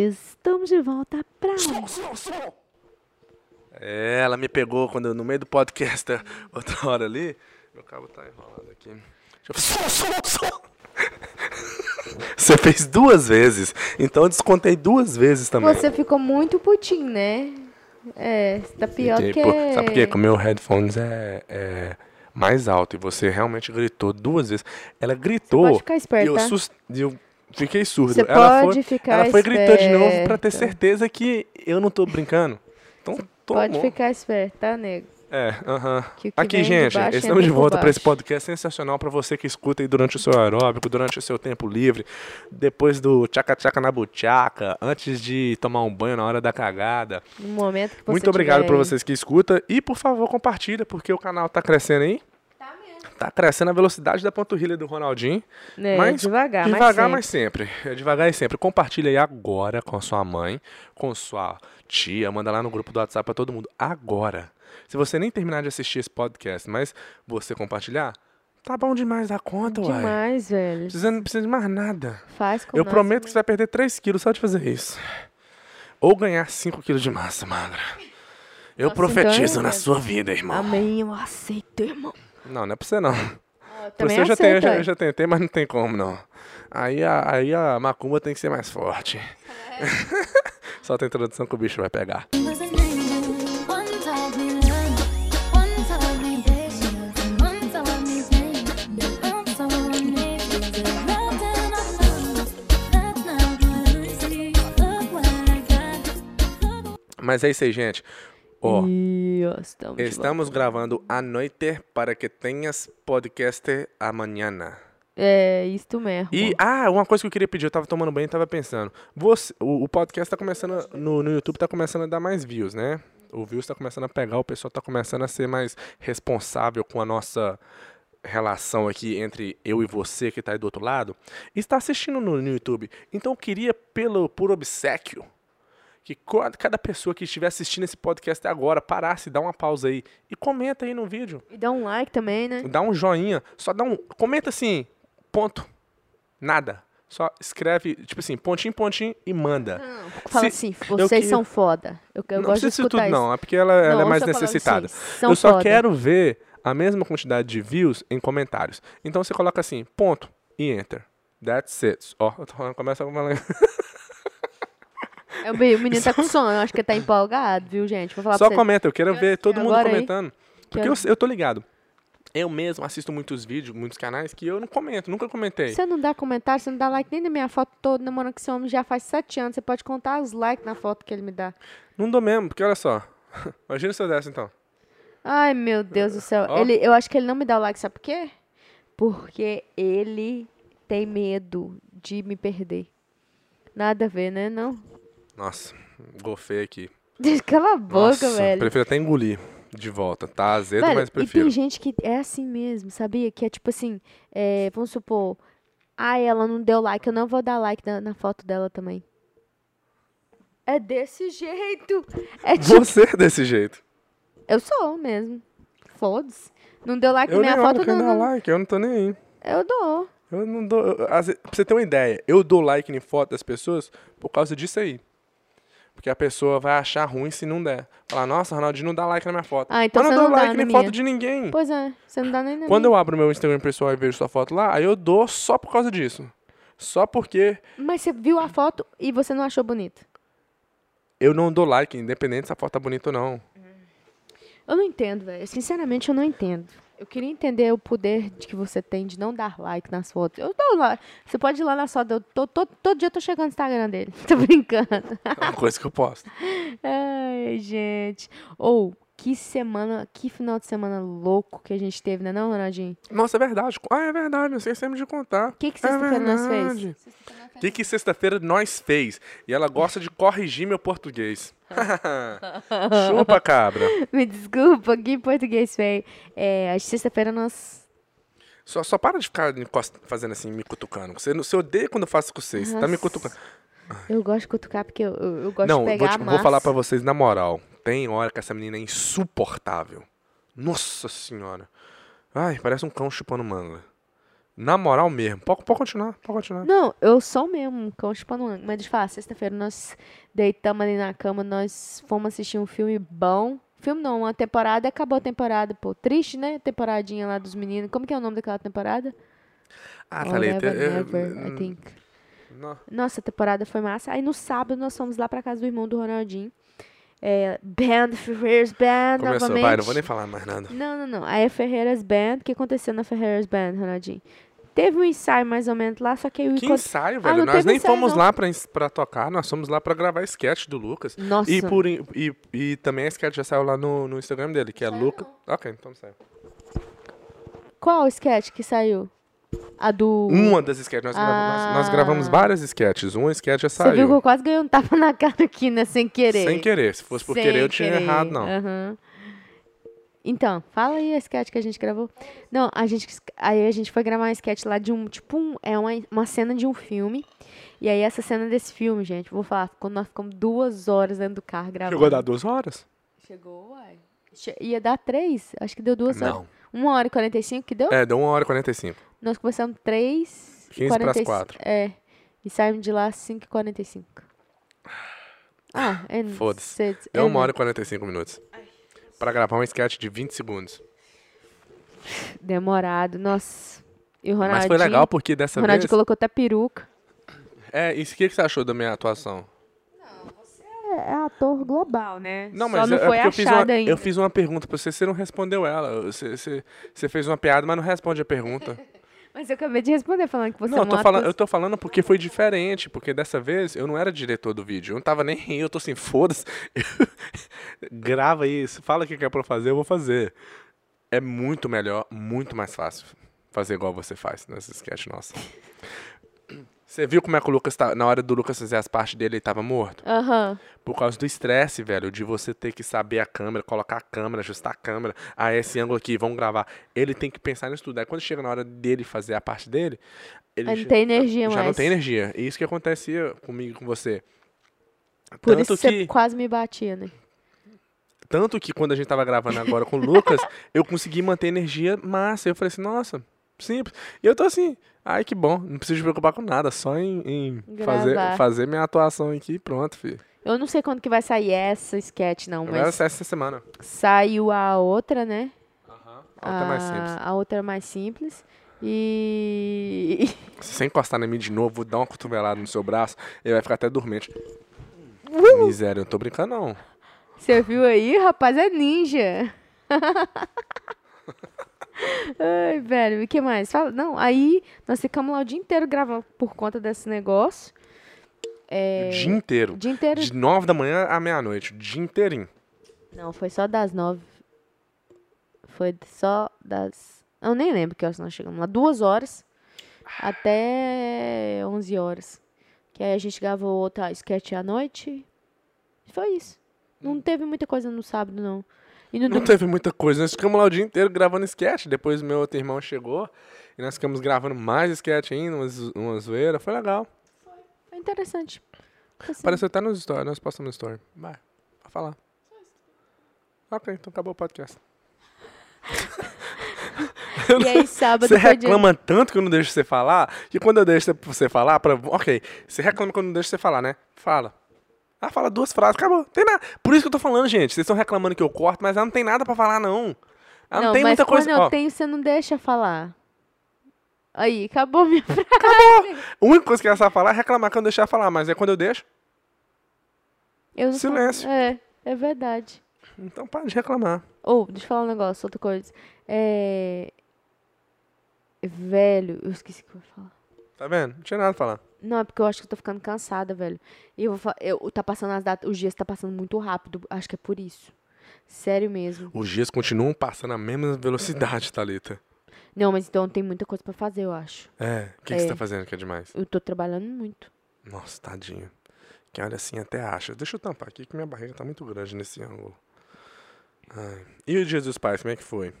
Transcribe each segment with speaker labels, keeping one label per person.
Speaker 1: Estamos de volta pra
Speaker 2: Som,
Speaker 1: lá.
Speaker 2: som, som!
Speaker 3: É, ela me pegou quando eu- no meio do podcast da outra hora ali. Meu cabo tá enrolado aqui. Deixa eu... Som, som, som! Você fez duas vezes. Então eu descontei duas vezes também.
Speaker 4: Você ficou muito putinho, né? É, você tá pior
Speaker 3: Fiquei,
Speaker 4: que...
Speaker 3: pô, tipo, Sabe por quê? Que o meu headphones é, é mais alto e você realmente gritou duas vezes. Ela gritou.
Speaker 4: pode ficar esperta.
Speaker 3: e eu, sus- e eu fiquei surdo.
Speaker 4: Você
Speaker 3: ela
Speaker 4: pode
Speaker 3: foi,
Speaker 4: ficar
Speaker 3: Ela foi gritando de novo pra ter
Speaker 4: esperta.
Speaker 3: certeza que eu não tô brincando. Então, tomou.
Speaker 4: Pode ficar esperto, tá, nego?
Speaker 3: É, aham.
Speaker 4: Que o que
Speaker 3: Aqui,
Speaker 4: vem de
Speaker 3: gente,
Speaker 4: baixo
Speaker 3: estamos de
Speaker 4: entra por
Speaker 3: volta para esse
Speaker 4: baixo.
Speaker 3: podcast sensacional para você que escuta aí durante o seu aeróbico, durante o seu tempo livre, depois do tchaca-tchaca na buchaca, antes de tomar um banho na hora da cagada.
Speaker 4: No momento que você
Speaker 3: Muito obrigado
Speaker 4: tiver
Speaker 3: para
Speaker 4: aí.
Speaker 3: vocês que escuta e, por favor, compartilha, porque o canal tá crescendo aí.
Speaker 4: Tá mesmo.
Speaker 3: Tá crescendo a velocidade da panturrilha do Ronaldinho.
Speaker 4: É,
Speaker 3: mas
Speaker 4: devagar, mas
Speaker 3: Devagar,
Speaker 4: sempre.
Speaker 3: mas sempre. É devagar e sempre. Compartilha aí agora com a sua mãe, com sua tia. Manda lá no grupo do WhatsApp pra todo mundo. Agora. Se você nem terminar de assistir esse podcast, mas você compartilhar, tá bom demais da conta, uai.
Speaker 4: Demais, velho.
Speaker 3: Precisa, não precisa de mais nada.
Speaker 4: Faz com
Speaker 3: Eu
Speaker 4: nós,
Speaker 3: prometo
Speaker 4: né?
Speaker 3: que você vai perder 3 quilos só de fazer isso. Ou ganhar 5 quilos de massa, magra. Eu
Speaker 4: Nossa,
Speaker 3: profetizo
Speaker 4: então é-
Speaker 3: na sua vida, irmão.
Speaker 4: Amém, eu aceito, irmão.
Speaker 3: Não, não é pra você não.
Speaker 4: Ah, eu
Speaker 3: Pra
Speaker 4: também
Speaker 3: você eu já, tenho, eu
Speaker 4: aceito,
Speaker 3: já,
Speaker 4: ué.
Speaker 3: eu já tentei, mas não tem como, não. Aí a, aí a macumba tem que ser mais forte.
Speaker 4: É.
Speaker 3: Só tem introdução que o bicho vai pegar. Mas é isso aí, gente. Ó,
Speaker 4: E ó, estamos de
Speaker 3: estamos gravando à noite para que tenhas podcast amanhã.
Speaker 4: volta. É, isto mesmo.
Speaker 3: E, ah, uma coisa que eu queria pedir, eu tava tomando banho e tava pensando. Você, o, o podcast tá começando, a- no, no YouTube tá começando a dar mais views, né? O views tá começando a pegar, o pessoal tá começando a ser mais responsável com a nossa relação aqui entre eu e você que tá aí do outro lado. E está assistindo no, no YouTube. Então eu queria, pelo, por obsequio, que co- cada pessoa que estiver assistindo esse podcast até agora parasse, dá uma pausa aí e comenta aí no vídeo.
Speaker 4: E dá um like também, né?
Speaker 3: Dá um joinha, só dá um. Comenta assim, ponto. Nada. Só escreve, tipo assim, pontinho, pontinho e manda.
Speaker 4: Não, Fala
Speaker 3: Se-
Speaker 4: assim,
Speaker 3: eu
Speaker 4: vocês
Speaker 3: que-
Speaker 4: são foda. Eu, eu
Speaker 3: não
Speaker 4: gosto de
Speaker 3: precisa disso tudo,
Speaker 4: escutar isso.
Speaker 3: não. É porque ela, ela é
Speaker 4: Não,
Speaker 3: mais
Speaker 4: só falando
Speaker 3: necessitada.
Speaker 4: assim, "Vocês são
Speaker 3: Eu só
Speaker 4: foda."
Speaker 3: quero ver a mesma quantidade de views em comentários. Então você coloca assim, ponto e enter. That's it. Ó, eu tô falando, começa a falar.
Speaker 4: É, o be- o menino tá com sono, acho que ele tá empolgado, viu, gente? Vou falar
Speaker 3: Só
Speaker 4: pra vocês.
Speaker 3: comenta, eu quero ver todo mundo
Speaker 4: agora aí.
Speaker 3: comentando. Porque eu,
Speaker 4: Quero.
Speaker 3: eu tô ligado. Eu mesmo assisto muitos vídeos, muitos canais que eu não comento, nunca comentei.
Speaker 4: Você não dá comentário, você não dá like nem na minha foto toda, namorando que esse homem já faz sete anos. Você pode contar os likes na foto que ele me dá.
Speaker 3: Não dou mesmo, porque olha só. Imagina se eu desse então.
Speaker 4: Ai, meu Deus do céu.
Speaker 3: Ó.
Speaker 4: Ele, eu acho que ele não me dá o like, sabe por quê? Porque ele tem medo de me perder. Nada a ver, né? Não.
Speaker 3: Nossa, golfei aqui.
Speaker 4: Cala a boca,
Speaker 3: Nossa,
Speaker 4: velho.
Speaker 3: Prefiro até engolir de volta. Tá azedo,
Speaker 4: Velho,
Speaker 3: mas
Speaker 4: E
Speaker 3: prefiro.
Speaker 4: tem gente que é assim mesmo, sabia? Que é tipo assim, é, vamos supor, ah, ela não deu like, eu não vou dar like na, na foto dela também. É desse jeito. É tipo,
Speaker 3: Você é desse jeito.
Speaker 4: eu sou mesmo. Foda-se. Não deu like
Speaker 3: Eu
Speaker 4: na
Speaker 3: nem
Speaker 4: minha
Speaker 3: olho
Speaker 4: foto,
Speaker 3: quem
Speaker 4: não. né?
Speaker 3: dá
Speaker 4: não.
Speaker 3: like, eu não tô nem aí.
Speaker 4: Eu dou.
Speaker 3: Eu não dou. eu- às vezes- pra você ter uma ideia, eu dou like em foto das pessoas por causa disso aí. Porque a pessoa vai achar ruim se não der. Falar, nossa, Ronaldinho não dá like na minha foto.
Speaker 4: Ah, então
Speaker 3: Mas
Speaker 4: você
Speaker 3: não dou
Speaker 4: não dá
Speaker 3: like
Speaker 4: na
Speaker 3: em
Speaker 4: minha.
Speaker 3: foto de ninguém.
Speaker 4: Pois é, você não dá nem na
Speaker 3: Quando
Speaker 4: minha.
Speaker 3: eu abro meu Instagram pessoal e vejo sua foto lá, aí eu dou só por causa disso. Só porque
Speaker 4: Mas você viu a foto e você não achou bonita.
Speaker 3: eu não dou like, independente se a foto tá bonita ou não.
Speaker 4: Eu não entendo, velho. Sinceramente, eu não entendo. Eu queria entender o poder de que você tem de não dar like nas fotos. Eu dou lá. Você pode ir lá na foto. Eu tô, tô- todo dia eu tô chegando no Instagram dele. Tô brincando.
Speaker 3: É uma coisa que eu posto.
Speaker 4: Ai, gente. Ou, que semana, que final de semana louco que a gente teve, né não, Ronaldinho?
Speaker 3: Nossa, é verdade. Ah, é verdade, não esquecemos de contar.
Speaker 4: O que que
Speaker 3: É
Speaker 4: sexta-feira nós
Speaker 3: verdade.
Speaker 4: fez?
Speaker 3: O que, que sexta-feira nós fez? E ela gosta de corrigir meu português. Chupa, cabra.
Speaker 4: Me desculpa, que português feio. É, a sexta-feira nós...
Speaker 3: Só, só para de ficar me cost- fazendo assim, me cutucando. Você, não- você odeia quando eu faço com vocês. Você tá me
Speaker 4: Nossa.
Speaker 3: cutucando.
Speaker 4: Eu gosto de cutucar porque eu, eu, eu gosto
Speaker 3: não,
Speaker 4: de
Speaker 3: eu vou,
Speaker 4: pegar
Speaker 3: te-
Speaker 4: a
Speaker 3: vou falar
Speaker 4: massa.
Speaker 3: pra vocês na moral. Tem hora que essa menina é insuportável. Nossa senhora. Ai, parece um cão chupando manga. Na moral mesmo. Pode, pode continuar, pode continuar.
Speaker 4: Não, eu sou mesmo um cão chupando um anco. Mas deixa eu falar, sexta-feira nós deitamos ali na cama, nós fomos assistir um filme bom. Filme não, uma temporada, acabou a temporada, pô. Triste, né? Temporadinha lá dos meninos. Como que é o nome daquela temporada?
Speaker 3: Ah,
Speaker 4: All
Speaker 3: Thalita.
Speaker 4: Ever,
Speaker 3: eu-
Speaker 4: Never, I
Speaker 3: hum,
Speaker 4: think.
Speaker 3: não.
Speaker 4: Nossa, a temporada foi massa. Aí no sábado nós fomos lá pra casa do irmão do Ronaldinho. É, Band, Ferreiras Band,
Speaker 3: Começou,
Speaker 4: novamente.
Speaker 3: vai, não vou nem falar mais nada.
Speaker 4: Não, não, não. Aí a Ferreiras Band, o que aconteceu na Ferreiras Band, Ronaldinho? Teve um ensaio mais ou menos lá, só que aí o
Speaker 3: Que
Speaker 4: encontro-
Speaker 3: ensaio,
Speaker 4: Ah,
Speaker 3: velho.
Speaker 4: não
Speaker 3: nós
Speaker 4: teve
Speaker 3: nem
Speaker 4: ensaio,
Speaker 3: fomos
Speaker 4: não.
Speaker 3: lá pra, ens- pra tocar, nós fomos lá pra gravar sketch do Lucas.
Speaker 4: Nossa.
Speaker 3: E, por, in- e, e também a sketch já saiu lá no, no Instagram dele, que é
Speaker 4: Saiu
Speaker 3: Lucas. Ok, então saiu.
Speaker 4: Qual o sketch que saiu? A do.
Speaker 3: Uma das sketches, nós, gravamos, nós- nós gravamos
Speaker 4: Uh. Ah.
Speaker 3: várias sketches. Uma sketch já
Speaker 4: Você
Speaker 3: saiu.
Speaker 4: viu que eu quase ganhei um tapa na cara aqui, né? Sem querer.
Speaker 3: Sem querer. Se fosse por
Speaker 4: Sem
Speaker 3: querer, eu tinha
Speaker 4: querer.
Speaker 3: errado, não.
Speaker 4: Aham. Então, fala aí a sketch que a gente gravou. Não, a gente, aí a gente foi gravar um sketch lá de um, tipo, um, é uma, uma cena de um filme. E aí essa cena desse filme, gente, vou falar, ficou- nós ficamos duas horas dentro do carro gravando.
Speaker 3: Chegou a dar duas horas?
Speaker 4: Chegou, uai. Che- ia dar três, acho que deu duas horas. então? Uma hora e quarenta e cinco que deu?
Speaker 3: É, deu uma hora e 45.
Speaker 4: Nós começamos três... e
Speaker 3: 15 pras
Speaker 4: 45
Speaker 3: quatro.
Speaker 4: É, e saímos de lá às cinco e quarenta e cinco. Ah, é...
Speaker 3: Foda-se.
Speaker 4: cê-
Speaker 3: Deu
Speaker 4: é,
Speaker 3: uma hora e 45 minutos. Pra gravar um sketch de 20 segundos.
Speaker 4: Demorado, nossa. E o Ronaldinho.
Speaker 3: Mas foi legal porque dessa
Speaker 4: O Ronaldinho
Speaker 3: vez.
Speaker 4: colocou até peruca.
Speaker 3: É, isso o que que você achou da minha atuação?
Speaker 4: É, ator global, né?
Speaker 3: Não,
Speaker 4: Só
Speaker 3: mas
Speaker 4: não
Speaker 3: é- é
Speaker 4: foi
Speaker 3: porque eu fiz,
Speaker 4: achado
Speaker 3: uma,
Speaker 4: ainda.
Speaker 3: eu fiz uma pergunta pra você, você não respondeu ela. Você, você, você fez uma piada, mas não responde a pergunta.
Speaker 4: Mas eu acabei de responder falando que você
Speaker 3: Não,
Speaker 4: é
Speaker 3: eu
Speaker 4: um
Speaker 3: tô,
Speaker 4: ator-
Speaker 3: falando, eu tô falando porque foi diferente, porque dessa vez eu não era diretor do vídeo, eu não tava nem aí, eu tô assim, foda-se, grava isso, fala o que que é pra eu fazer, eu vou fazer. É muito melhor, muito mais fácil fazer igual você faz nesse sketch nossa. Você viu como é que o Lucas, tá, na hora do Lucas fazer as partes dele, ele tava morto?
Speaker 4: Aham.
Speaker 3: Por causa do estresse, velho, de você ter que saber a câmera, colocar a câmera, ajustar a câmera, ah, esse ângulo aqui, vamos gravar. Ele tem que pensar nisso tudo. Aí quando chega na hora dele fazer a parte dele, ele
Speaker 4: Aí
Speaker 3: já-
Speaker 4: não tem energia
Speaker 3: já
Speaker 4: mais.
Speaker 3: não tem energia. E isso que acontecia comigo, com você.
Speaker 4: Por
Speaker 3: tanto,
Speaker 4: isso que você
Speaker 3: que,
Speaker 4: quase me batia, né?
Speaker 3: tanto que quando a gente tava gravando agora com o Lucas, eu consegui manter a energia massa. Eu falei assim, nossa, simples. E eu tô assim, ai que bom, não preciso me preocupar com nada, só em, em fazer,
Speaker 4: Gravar.
Speaker 3: fazer minha atuação aqui e pronto, filho.
Speaker 4: Eu não sei quando que vai sair essa sketch, não,
Speaker 3: Agora
Speaker 4: mas
Speaker 3: acessa essa semana.
Speaker 4: saiu a outra, né?
Speaker 3: Aham. Até é mais simples.
Speaker 4: A outra é mais simples. E.
Speaker 3: Se você encostar em mim de novo, vou dar uma cotovelada no seu braço, ele vai ficar até dormente. Miséria, eu não tô brincando não.
Speaker 4: Você viu aí, rapaz? É ninja. Ai, velho, o que mais? Fala- Não, aí nós ficamos lá o dia inteiro gravando por conta desse negócio. É.
Speaker 3: O dia inteiro.
Speaker 4: O dia inteiro.
Speaker 3: De nove da manhã à meia-noite, o dia inteirinho.
Speaker 4: Não, foi só das nove. Foi só das. Eu nem lembro que horas nós chegamos lá. Duas horas até onze horas. Que aí a gente gravou outra sketch à noite. Foi isso. Não teve muita coisa no sábado, não. E no
Speaker 3: Hum. Não
Speaker 4: domingo.
Speaker 3: teve muita coisa. Nós ficamos lá o dia inteiro gravando sketch. Depois meu outro irmão chegou e nós ficamos gravando mais sketch ainda, uma, zo- uma zoeira. Foi legal.
Speaker 4: Foi interessante. Assim,
Speaker 3: Apareceu até nos stories, nós postamos no story. Vai, pra falar. Ok, então acabou o podcast.
Speaker 4: E aí, sábado
Speaker 3: Você
Speaker 4: foi dia-
Speaker 3: reclama tanto que eu não deixo você falar, que quando eu deixo você falar, pra... ok, você reclama que eu não deixo você falar, né? Fala. Ah, fala duas frases, acabou. Tem nada. Por isso que eu tô falando, gente. Vocês estão reclamando que eu corto, mas ela não tem nada pra falar, não. Ela Ah, não, tem
Speaker 4: mas
Speaker 3: muita coisa.
Speaker 4: quando eu
Speaker 3: Ó,
Speaker 4: tenho, você não deixa falar. Aí, acabou minha frase.
Speaker 3: A única coisa que ela sabe falar é reclamar que eu não deixo ela falar, mas é quando eu deixo.
Speaker 4: Eu não falo-
Speaker 3: Silêncio.
Speaker 4: É, é verdade.
Speaker 3: Então para de reclamar.
Speaker 4: Ou, deixa eu falar um negócio, outra coisa. É... Velho, eu esqueci o que eu ia falar.
Speaker 3: Tá vendo? Não tinha nada pra falar.
Speaker 4: Não, é porque eu acho que eu tô ficando cansada, velho. E eu vou falar, eu, tá passando as datas, os dias tá passando muito rápido, acho que é por isso. Sério mesmo.
Speaker 3: Os dias continuam passando a mesma velocidade, Thalita.
Speaker 4: Não, mas então tem muita coisa pra fazer, eu acho.
Speaker 3: É. O que, que
Speaker 4: É.
Speaker 3: você tá fazendo que é demais?
Speaker 4: Eu tô trabalhando muito.
Speaker 3: Nossa, tadinho. Quem olha assim até acha. Deixa eu tampar aqui que minha barriga tá muito grande nesse ângulo. Ai. E o Dia dos Pais, como é que foi?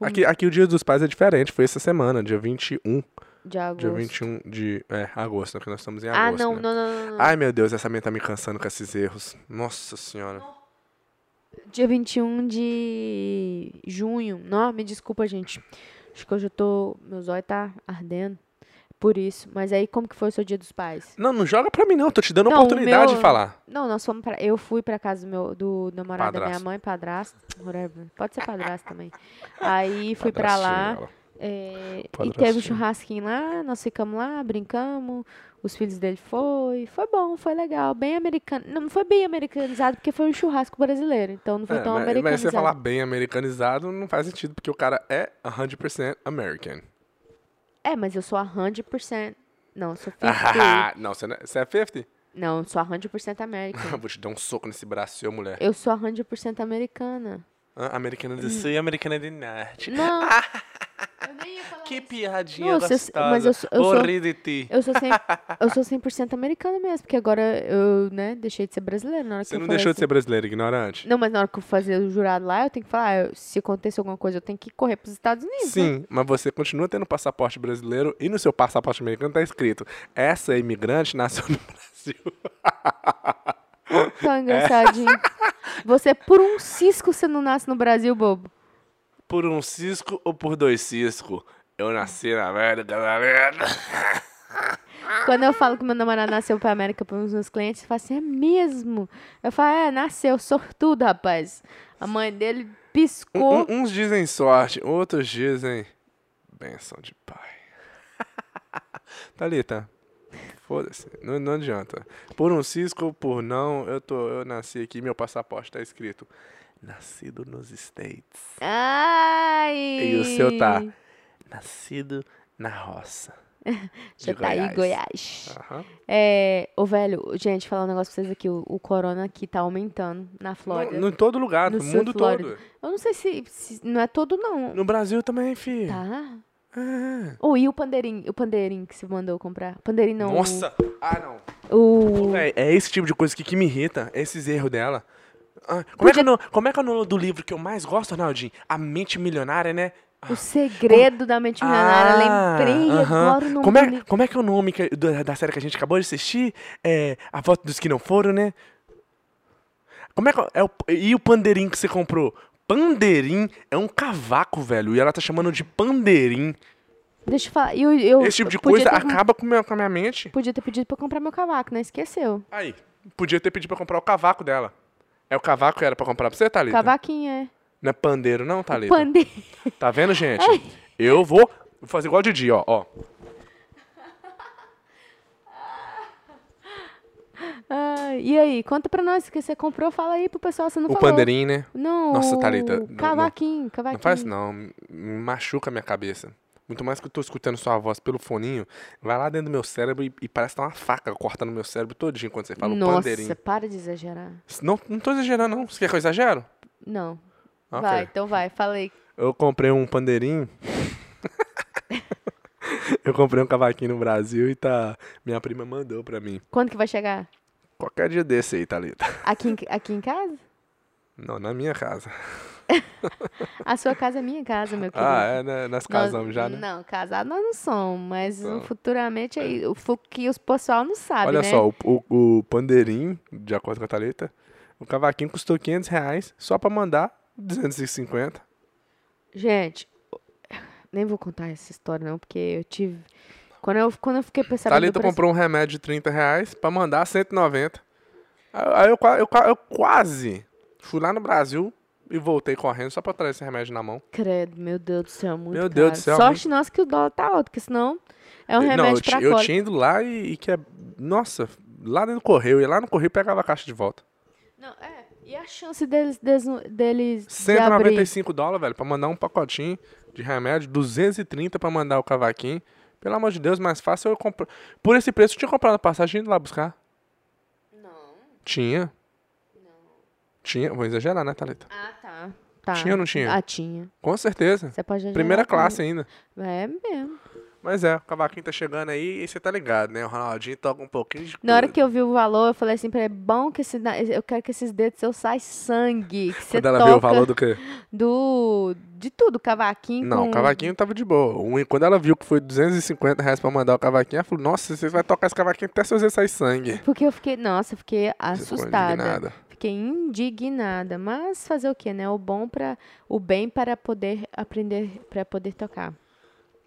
Speaker 3: Aqui, aqui o Dia dos Pais é diferente, foi essa semana, dia 21.
Speaker 4: De agosto.
Speaker 3: Dia 21 de é, agosto, né, que nós estamos em
Speaker 4: ah,
Speaker 3: agosto.
Speaker 4: não,
Speaker 3: né?
Speaker 4: não, não, não, não.
Speaker 3: Ai, meu Deus, essa minha tá me cansando com esses erros. Nossa senhora.
Speaker 4: um Dia 21 de junho. Não, me desculpa, gente. Acho que hoje eu tô. Meu zóio tá ardendo. Por isso. Mas aí, como que foi o seu dia dos pais?
Speaker 3: Não, não joga pra mim, não. Tô te dando
Speaker 4: Não,
Speaker 3: oportunidade
Speaker 4: meu-
Speaker 3: de falar.
Speaker 4: Não, nós fomos pra. Eu fui pra casa do meu do namorado da minha
Speaker 3: Padrasto.
Speaker 4: mãe, padrasto. whatever. Pode ser padrasto também. Aí fui pra lá.
Speaker 3: Padrastinho, ela.
Speaker 4: é, e
Speaker 3: Padrasto.
Speaker 4: teve um churrasquinho lá, nós ficamos lá, brincamos, os filhos dele foi, foi bom, foi legal, bem americano, não foi bem americanizado porque foi um churrasco brasileiro, então não foi
Speaker 3: É,
Speaker 4: tão
Speaker 3: mas, mas
Speaker 4: americanizado.
Speaker 3: você falar bem americanizado não faz sentido, porque o cara é 100% American.
Speaker 4: É, mas eu sou a 100%, não, eu sou 50,
Speaker 3: Ah, não, você, não é, você é 50?
Speaker 4: não, eu sou a 100% American,
Speaker 3: Vou te dar um soco nesse braço, seu mulher.
Speaker 4: eu sou a 100% americana.
Speaker 3: Ah, Americana
Speaker 4: Hum.
Speaker 3: do Sul e Americana do Norte.
Speaker 4: Não, eu nem ia falar
Speaker 3: Que
Speaker 4: isso.
Speaker 3: piadinha
Speaker 4: Não, eu sou-
Speaker 3: gostosa.
Speaker 4: mas eu sou- eu
Speaker 3: Vou
Speaker 4: sou-
Speaker 3: rir de ti.
Speaker 4: Eu sou, 100, eu sou 100% americana mesmo, porque agora eu, né, deixei de ser brasileira. Na hora que
Speaker 3: Você
Speaker 4: eu
Speaker 3: não
Speaker 4: falei
Speaker 3: deixou de
Speaker 4: assim-
Speaker 3: ser brasileiro, ignorante?
Speaker 4: Não, mas na hora que eu fazer o jurado lá, eu tenho que falar, "Ah, eu- se acontecer alguma coisa, eu tenho que correr pros Estados Unidos. né?
Speaker 3: Sim, mas você continua tendo passaporte brasileiro e no seu passaporte americano tá escrito essa imigrante nasceu no Brasil. É.
Speaker 4: Tão Tá engraçadinho. Você, por um cisco, você não nasce no Brasil, bobo.
Speaker 3: Por um cisco ou por dois cisco? Eu nasci na América da América.
Speaker 4: Quando eu falo que meu namorado nasceu pra América para os meus clientes, eu falo assim, é mesmo? Eu falo, é, nasceu, sortudo, rapaz. A mãe dele piscou.
Speaker 3: Um- uns dizem sorte, outros dizem benção de pai. Thalita, foda-se, não, não adianta. Por um cisco ou por não, eu, tô, eu nasci aqui, meu passaporte tá escrito nascido nos States.
Speaker 4: Ai!
Speaker 3: uh. E o seu tá nascido na roça. de
Speaker 4: Já tá
Speaker 3: Goiás.
Speaker 4: aí, Goiás.
Speaker 3: Aham.
Speaker 4: É, ô velho, gente, falar um negócio pra vocês aqui. O, o corona aqui tá aumentando na Flórida.
Speaker 3: No, em todo lugar,
Speaker 4: No
Speaker 3: no,
Speaker 4: sul
Speaker 3: mundo
Speaker 4: Flórida.
Speaker 3: todo.
Speaker 4: Eu não sei se, se- Não é todo, não.
Speaker 3: No Brasil também, filho.
Speaker 4: Tá?
Speaker 3: É.
Speaker 4: Ou e o pandeirinho? O pandeirinho que você mandou comprar? Pandeirinho não. o-
Speaker 3: Nossa! Ah, não.
Speaker 4: O.
Speaker 3: É, é esse tipo de coisa que, que me irrita, esses erros dela. Ah, como, é que
Speaker 4: Podia-
Speaker 3: é o nome- como é que é o nome do livro que eu mais gosto, Ronaldinho? A Mente Milionária, né?
Speaker 4: O segredo da mente milionária.
Speaker 3: Ah,
Speaker 4: Lembrei
Speaker 3: aham.
Speaker 4: agora o nome
Speaker 3: como,
Speaker 4: do
Speaker 3: é,
Speaker 4: livro.
Speaker 3: como é que é o nome que- do- da série que a gente acabou de assistir? É, a Volta dos que não foram, né? Como é que é o, E o pandeirinho que você comprou? Pandeirim é um cavaco, velho. E ela tá chamando de pandeirim.
Speaker 4: Deixa eu falar. Eu, eu,
Speaker 3: Esse tipo de
Speaker 4: eu podia
Speaker 3: coisa
Speaker 4: ter,
Speaker 3: acaba com, minha- com a minha mente.
Speaker 4: Podia ter pedido pra comprar meu cavaco, né? Esqueceu.
Speaker 3: Aí, podia ter pedido pra comprar o cavaco dela. É o cavaco que era pra comprar pra você, Thalita?
Speaker 4: Cavaquinho, é.
Speaker 3: Não é pandeiro não, Thalita?
Speaker 4: Pandeiro.
Speaker 3: Tá vendo, gente?
Speaker 4: É.
Speaker 3: Eu vou vou fazer igual o Didi, ó. ó.
Speaker 4: Ah, e aí, conta pra nós o que você comprou. Fala aí pro pessoal, você não
Speaker 3: O
Speaker 4: falou.
Speaker 3: pandeirinho, né?
Speaker 4: Não.
Speaker 3: Nossa,
Speaker 4: o
Speaker 3: Thalita, não- não-
Speaker 4: Cavaquinho, cavaquinho.
Speaker 3: Não faz isso, não. Me machuca a minha cabeça. Muito mais que eu tô escutando sua voz pelo foninho, vai lá dentro do meu cérebro e, e parece que tá uma faca cortando meu cérebro todinho quando você fala o
Speaker 4: Nossa,
Speaker 3: pandeirinho.
Speaker 4: para de exagerar.
Speaker 3: Não, não tô exagerando, não. Você quer que eu exagero?
Speaker 4: Não.
Speaker 3: Ok.
Speaker 4: Vai, então vai, falei.
Speaker 3: Eu comprei um pandeirinho. eu comprei um cavaquinho no Brasil e tá. Minha prima mandou pra mim.
Speaker 4: Quando que vai chegar?
Speaker 3: Qualquer dia desse aí, Thalita.
Speaker 4: Aqui em, aqui em casa?
Speaker 3: Não, na minha casa.
Speaker 4: A sua casa é minha casa, meu querido.
Speaker 3: Ah, é, né? Nós
Speaker 4: Nós-
Speaker 3: casamos já, né?
Speaker 4: Não, casados nós não somos, mas
Speaker 3: Então. É.
Speaker 4: futuramente aí, o fu- que os pessoal não sabe,
Speaker 3: Olha
Speaker 4: né?
Speaker 3: só, o, o, o pandeirinho, de acordo com a Thalita, o cavaquinho custou 500 reais, só pra mandar
Speaker 4: Tá
Speaker 3: 250.
Speaker 4: Gente, nem vou contar essa história não, porque eu tive... Quando eu, quando eu fiquei pensando...
Speaker 3: Thalita comprou um remédio de 30 reais pra mandar 190. Aí aí eu, qua- eu, qua- eu quase fui lá no Brasil e voltei correndo só pra trazer esse remédio na mão.
Speaker 4: Credo, meu Deus do céu, muito
Speaker 3: Meu Deus do céu,
Speaker 4: caro. Sorte nossa que o dólar tá alto, porque senão é um
Speaker 3: não, eu,
Speaker 4: remédio
Speaker 3: ti-
Speaker 4: pra
Speaker 3: eu
Speaker 4: cólera.
Speaker 3: tinha ido lá e, e que é. Nossa, lá dentro do correio, eu ia lá no correio e pegava a caixa de volta.
Speaker 4: Não, é, e a chance deles, deles, deles de abrir?
Speaker 3: 195 dólares, velho, pra mandar um pacotinho de remédio, 230 pra mandar o cavaquinho. Pelo amor de Deus, mais fácil eu compro. Por esse preço, eu tinha comprado a passagem e ido lá buscar.
Speaker 4: Não,
Speaker 3: Tinha.
Speaker 4: não.
Speaker 3: Tinha. Vou exagerar, né, Thalita?
Speaker 4: Ah, tá. tá.
Speaker 3: Tinha ou não tinha?
Speaker 4: Ah, tinha.
Speaker 3: Com certeza.
Speaker 4: Você pode
Speaker 3: Primeira
Speaker 4: exagerar também.
Speaker 3: classe ainda.
Speaker 4: É mesmo.
Speaker 3: Mas é, o cavaquinho tá chegando aí e você tá ligado, né? O Ronaldinho toca um pouquinho de.
Speaker 4: Na hora
Speaker 3: tudo.
Speaker 4: que eu vi o valor, eu falei assim, pra ele, bom que esse, na- eu quero que esses dedos seus saiam sangue. Que você
Speaker 3: Quando ela
Speaker 4: toca
Speaker 3: viu o valor do quê?
Speaker 4: do- de tudo, cavaquinho
Speaker 3: Não, o
Speaker 4: com...
Speaker 3: cavaquinho tava de boa. Um- Quando ela viu que foi 250 reais pra mandar o cavaquinho, ela falou: Nossa, você vai tocar esse cavaquinho até se você sair sangue.
Speaker 4: Porque eu fiquei, nossa, eu fiquei
Speaker 3: Você ficou
Speaker 4: assustada.
Speaker 3: indignada.
Speaker 4: Fiquei, fiquei indignada, mas fazer o quê, né? O bom para o bem para poder aprender, para poder tocar.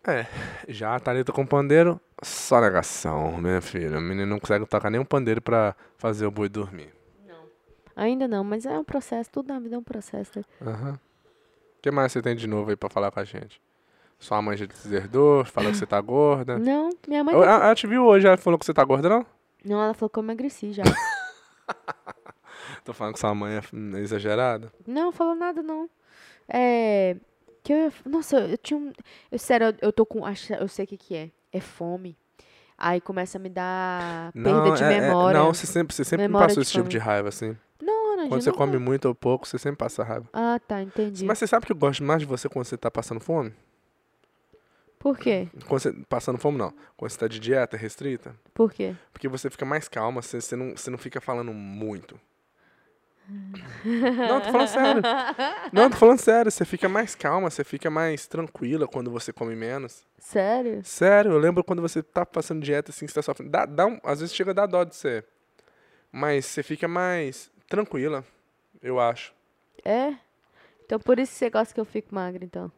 Speaker 3: É, já a Thalita com pandeiro, só negação, minha filha. O menino não consegue tocar nem um pandeiro pra fazer o boi dormir.
Speaker 4: Ainda não, mas é um processo, tudo na vida é um processo. né?
Speaker 3: Aham. O que mais você tem de novo aí pra falar com a gente? Sua mãe já deserdou, falou que você tá gorda.
Speaker 4: Não, minha mãe.
Speaker 3: Eu- Ela ela te viu hoje, ela falou que você tá gorda, não?
Speaker 4: Não, ela falou que eu emagreci já.
Speaker 3: Tô falando que sua mãe é hum, exagerada.
Speaker 4: Não, falou nada, não. É. Que eu, ia f- nossa, eu tinha um. Eu, sério, eu, eu tô com. acho- Eu sei o que, que é. É fome. Aí começa a me dar perda de
Speaker 3: é- é-
Speaker 4: memória.
Speaker 3: não, você sempre, você sempre me
Speaker 4: Memória
Speaker 3: passou
Speaker 4: de
Speaker 3: esse tipo
Speaker 4: fome.
Speaker 3: de raiva, assim.
Speaker 4: não, não,
Speaker 3: Quando
Speaker 4: de
Speaker 3: você
Speaker 4: novo.
Speaker 3: come muito ou pouco, você sempre passa raiva.
Speaker 4: Ah, tá, entendi.
Speaker 3: Mas você sabe que eu gosto mais de você quando você tá passando fome?
Speaker 4: Por quê?
Speaker 3: Quando você, passando fome, não. Quando você tá de dieta restrita.
Speaker 4: Por quê?
Speaker 3: Porque você fica mais calma, você, você, não, você não fica falando muito. Não, tô falando sério. Não, tô falando sério. Você fica mais calma, você fica mais tranquila quando você come menos.
Speaker 4: Sério?
Speaker 3: Sério, eu lembro quando você tá passando dieta assim, que você tá sofrendo. Dá, dá um, às vezes chega a dar dó de você. Mas você fica mais tranquila, eu acho.
Speaker 4: É? Então por isso que você gosta que eu fico magra, então.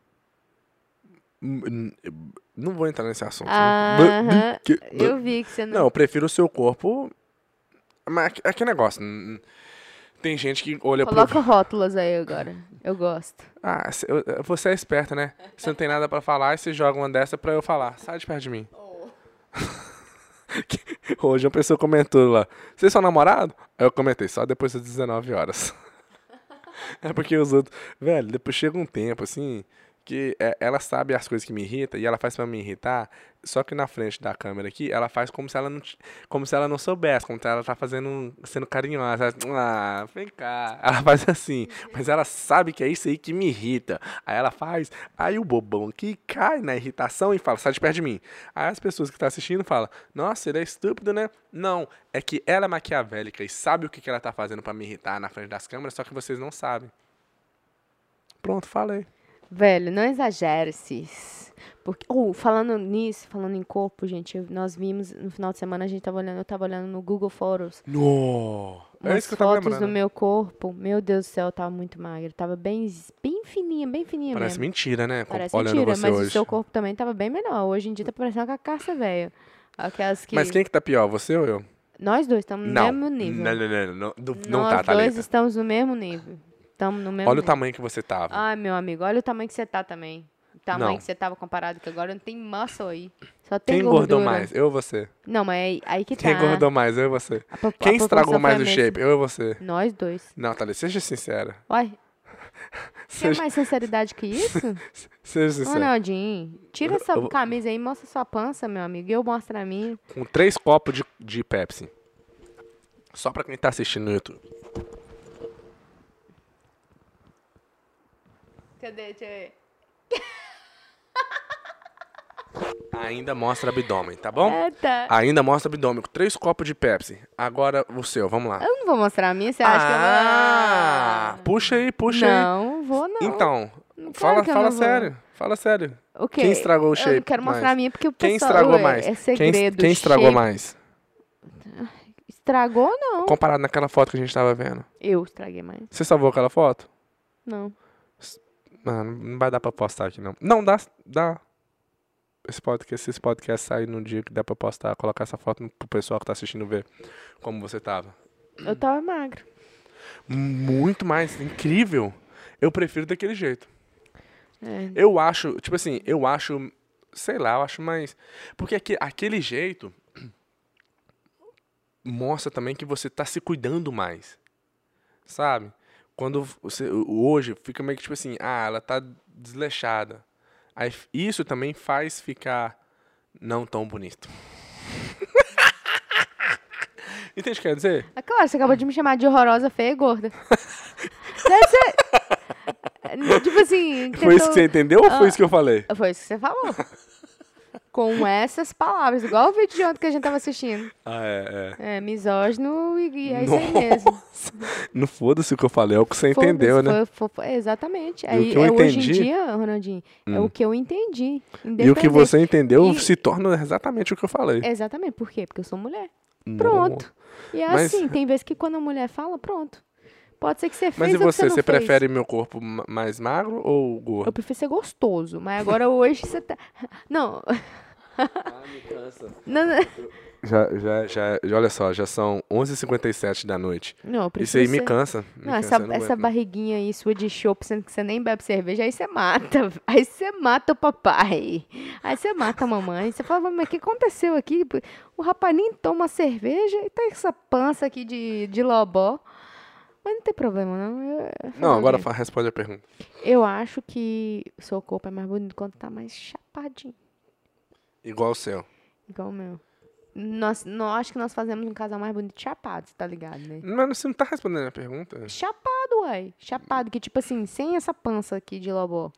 Speaker 3: Hum, hum, eu- Não vou entrar nesse assunto. né?
Speaker 4: Aham. Eu vi que você
Speaker 3: Não,
Speaker 4: não.
Speaker 3: eu prefiro o seu corpo. Mas é que negócio. hum, Tem gente que olha pro.
Speaker 4: Coloca rótulos aí agora. Eu gosto.
Speaker 3: Ah, cê- eu- eu- você é esperta, né? Você não tem nada pra falar e você joga uma dessa pra eu falar. Sai de perto de mim. Que- Hoje uma pessoa comentou lá, vocês são namorado? Aí eu comentei, só depois das 19 horas. é porque os outros... Velho, depois chega um tempo, assim, que é, ela sabe as coisas que me irritam e ela faz pra me irritar, só que na frente da câmera aqui, ela faz como se ela não, ti- como se ela não soubesse, como se ela tá fazendo, sendo carinhosa. Ela, Ah, vem cá. Ela faz assim, mas ela sabe que é isso aí que me irrita. Aí ela faz, aí o bobão aqui cai na irritação e fala, sai de perto de mim. Aí as pessoas que estão assistindo falam, nossa, ele é estúpido, né? Não, é que ela é maquiavélica e sabe o que que ela tá fazendo pra me irritar na frente das câmeras, só que vocês não sabem. Pronto, falei.
Speaker 4: Velho, não exagere, Cis. Porque, ou falando nisso, falando em corpo, gente, eu- nós vimos no final de semana, a gente tava olhando, eu tava olhando no Google Photos
Speaker 3: No! É
Speaker 4: umas
Speaker 3: isso que eu tava
Speaker 4: fotos do
Speaker 3: lembrando.
Speaker 4: meu corpo. Meu Deus do céu, eu tava muito magra. Tava bem, bem fininha, bem fininha
Speaker 3: Parece
Speaker 4: mesmo.
Speaker 3: mentira, né? Com-
Speaker 4: Parece
Speaker 3: Olhando
Speaker 4: mentira,
Speaker 3: você
Speaker 4: mas
Speaker 3: hoje.
Speaker 4: o seu corpo também tava bem melhor. Hoje em dia tá parecendo uma carcaça velha. Aquelas que.
Speaker 3: Mas quem que tá pior, você ou eu?
Speaker 4: Nós dois estamos no
Speaker 3: Não.
Speaker 4: mesmo nível.
Speaker 3: Não, não, não, não, não, não
Speaker 4: Nós
Speaker 3: tá,
Speaker 4: dois
Speaker 3: Thalita.
Speaker 4: estamos no mesmo nível. Estamos no mesmo
Speaker 3: Olha o
Speaker 4: nível. Ah,
Speaker 3: tamanho que você tava.
Speaker 4: Ai, meu amigo, olha o tamanho que você tá também. O tamanho
Speaker 3: Não.
Speaker 4: que você tava comparado que agora não tem massa aí. Só tem
Speaker 3: Quem
Speaker 4: gordura.
Speaker 3: engordou mais? Eu ou você?
Speaker 4: Não, mas é aí, aí que
Speaker 3: Quem
Speaker 4: tá.
Speaker 3: engordou mais? Eu e você?
Speaker 4: A po-
Speaker 3: Quem
Speaker 4: a população
Speaker 3: estragou mais o
Speaker 4: foi a mesma.
Speaker 3: shape? Eu ou você?
Speaker 4: Nós dois.
Speaker 3: Não, Thalita, seja sincera.
Speaker 4: Uai, tem
Speaker 3: Seja,
Speaker 4: mais sinceridade que isso?
Speaker 3: seja sincera.
Speaker 4: Ronaldinho, tira
Speaker 3: é. Eu-
Speaker 4: essa
Speaker 3: eu vou-
Speaker 4: camisa aí, mostra sua pança, meu amigo. e Eu mostro a minha.
Speaker 3: Com três copos de, de Pepsi. Só pra quem tá assistindo no YouTube.
Speaker 4: Cadê? Deixa eu ver.
Speaker 3: Ainda mostra abdômen, tá bom?
Speaker 4: É, tá.
Speaker 3: Ainda mostra abdômen. Com três copos de Pepsi. Agora o seu, vamos lá.
Speaker 4: Eu não vou mostrar a minha, você acha que eu
Speaker 3: Ah,
Speaker 4: vou...
Speaker 3: puxa aí, puxa aí.
Speaker 4: Não, vou não.
Speaker 3: Então,
Speaker 4: Não,
Speaker 3: fala,
Speaker 4: claro que eu
Speaker 3: fala
Speaker 4: não vou.
Speaker 3: sério. Fala sério.
Speaker 4: O quê?
Speaker 3: Quem estragou o
Speaker 4: Eu
Speaker 3: shape
Speaker 4: não quero mostrar
Speaker 3: mais?
Speaker 4: a minha porque o
Speaker 3: Quem
Speaker 4: pessoal...
Speaker 3: estragou
Speaker 4: é-
Speaker 3: mais?
Speaker 4: É
Speaker 3: Quem-
Speaker 4: segredo.
Speaker 3: quem estragou
Speaker 4: shape.
Speaker 3: mais?
Speaker 4: Estragou, não.
Speaker 3: Comparado naquela foto que a gente tava vendo.
Speaker 4: Eu estraguei mais.
Speaker 3: Você salvou aquela foto?
Speaker 4: Não.
Speaker 3: Ah, não vai dar pra postar aqui, não. Não, dá. dá. Esse podcast, se esse podcast sair no dia que der pra postar, colocar essa foto no- pro pessoal que tá assistindo ver como você tava.
Speaker 4: Eu tava magra.
Speaker 3: Muito mais incrível. Eu prefiro daquele jeito.
Speaker 4: É.
Speaker 3: Eu acho, tipo assim, eu acho, sei lá, eu acho mais. Porque aque- aquele jeito mostra também que você tá se cuidando mais. Sabe? Quando você hoje fica meio que tipo assim, ah, ela tá desleixada. Aí f- isso também faz ficar não tão bonito. Entende o que eu quero dizer?
Speaker 4: Ah, claro, você acabou de me chamar de horrorosa, feia e gorda. Deve ser... Tipo
Speaker 3: Foi isso
Speaker 4: assim... tentou-
Speaker 3: que você entendeu ou foi isso que eu falei?
Speaker 4: Foi isso que você falou. Com essas palavras, igual o vídeo de ontem que a gente tava assistindo.
Speaker 3: Ah, é, é.
Speaker 4: É, misógino e, e é isso aí
Speaker 3: Nossa.
Speaker 4: mesmo.
Speaker 3: Não foda-se o que eu falei, é o que você entendeu,
Speaker 4: Foda-se,
Speaker 3: né?
Speaker 4: foi- foi- foi- exatamente.
Speaker 3: o
Speaker 4: Aí,
Speaker 3: que eu
Speaker 4: é hoje em
Speaker 3: entendi- Hum.
Speaker 4: dia, Ronaldinho, é o que eu entendi.
Speaker 3: E o que
Speaker 4: independente.
Speaker 3: você entendeu
Speaker 4: E-
Speaker 3: se torna exatamente o que eu falei.
Speaker 4: Exatamente. Por quê? Porque eu sou mulher.
Speaker 3: Não.
Speaker 4: Pronto. E é
Speaker 3: Mas-
Speaker 4: assim, tem vezes que quando a mulher fala, pronto. Pode ser que você fez
Speaker 3: Mas e
Speaker 4: ou que
Speaker 3: você?
Speaker 4: não
Speaker 3: Você
Speaker 4: fez.
Speaker 3: prefere meu corpo ma- mais magro ou gordo?
Speaker 4: Eu prefiro ser gostoso, mas agora hoje você tá... Não,
Speaker 3: Ah, me cansa.
Speaker 4: não, não,
Speaker 3: Já, já, já, já- olha só, já são 11h57 da noite.
Speaker 4: não eu prefiro
Speaker 3: Isso aí me
Speaker 4: ser-
Speaker 3: cansa. me
Speaker 4: Não,
Speaker 3: cansa,
Speaker 4: essa,
Speaker 3: eu não
Speaker 4: essa
Speaker 3: aguento, não.
Speaker 4: barriguinha aí sua de chopp, sendo que você nem bebe cerveja, aí você mata. velho. Aí você mata o papai. Aí você mata a mamãe. Você fala, mas o que aconteceu aqui? O rapaz nem toma cerveja e tá essa pança aqui de, de lobó. Mas não tem problema, não. Eu,
Speaker 3: Não, agora
Speaker 4: eu,
Speaker 3: fa- responde a pergunta.
Speaker 4: eu acho que o seu corpo é mais bonito quando tá mais chapadinho,
Speaker 3: Igual o seu.
Speaker 4: igual o meu. Nós, nós acho que nós fazemos um casal mais bonito chapado, você tá ligado, né?
Speaker 3: Mas você não tá respondendo a pergunta.
Speaker 4: Chapado, uai. Chapado, que tipo assim, sem essa pança aqui de lobó.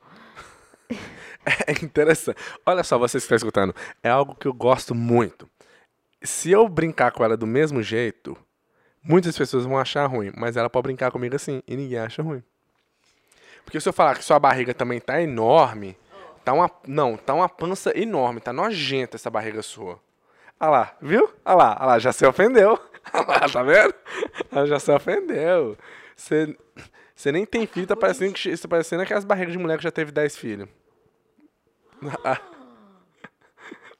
Speaker 3: É interessante. Olha só, vocês que estão escutando. É algo que eu gosto muito. Se eu brincar com ela do mesmo jeito, muitas pessoas vão achar ruim. Mas ela pode brincar comigo assim e ninguém acha ruim. Porque se eu falar que sua barriga também tá enorme, tá uma. Não, tá uma pança enorme, tá nojenta essa barriga sua. Ah lá, viu? Ah lá, ah lá, já se ofendeu. Ah lá, tá vendo? Ela já se ofendeu. Você. Você nem tem filho, tá parecendo, que, tá parecendo aquelas barrigas de mulher que já teve 10 filhos.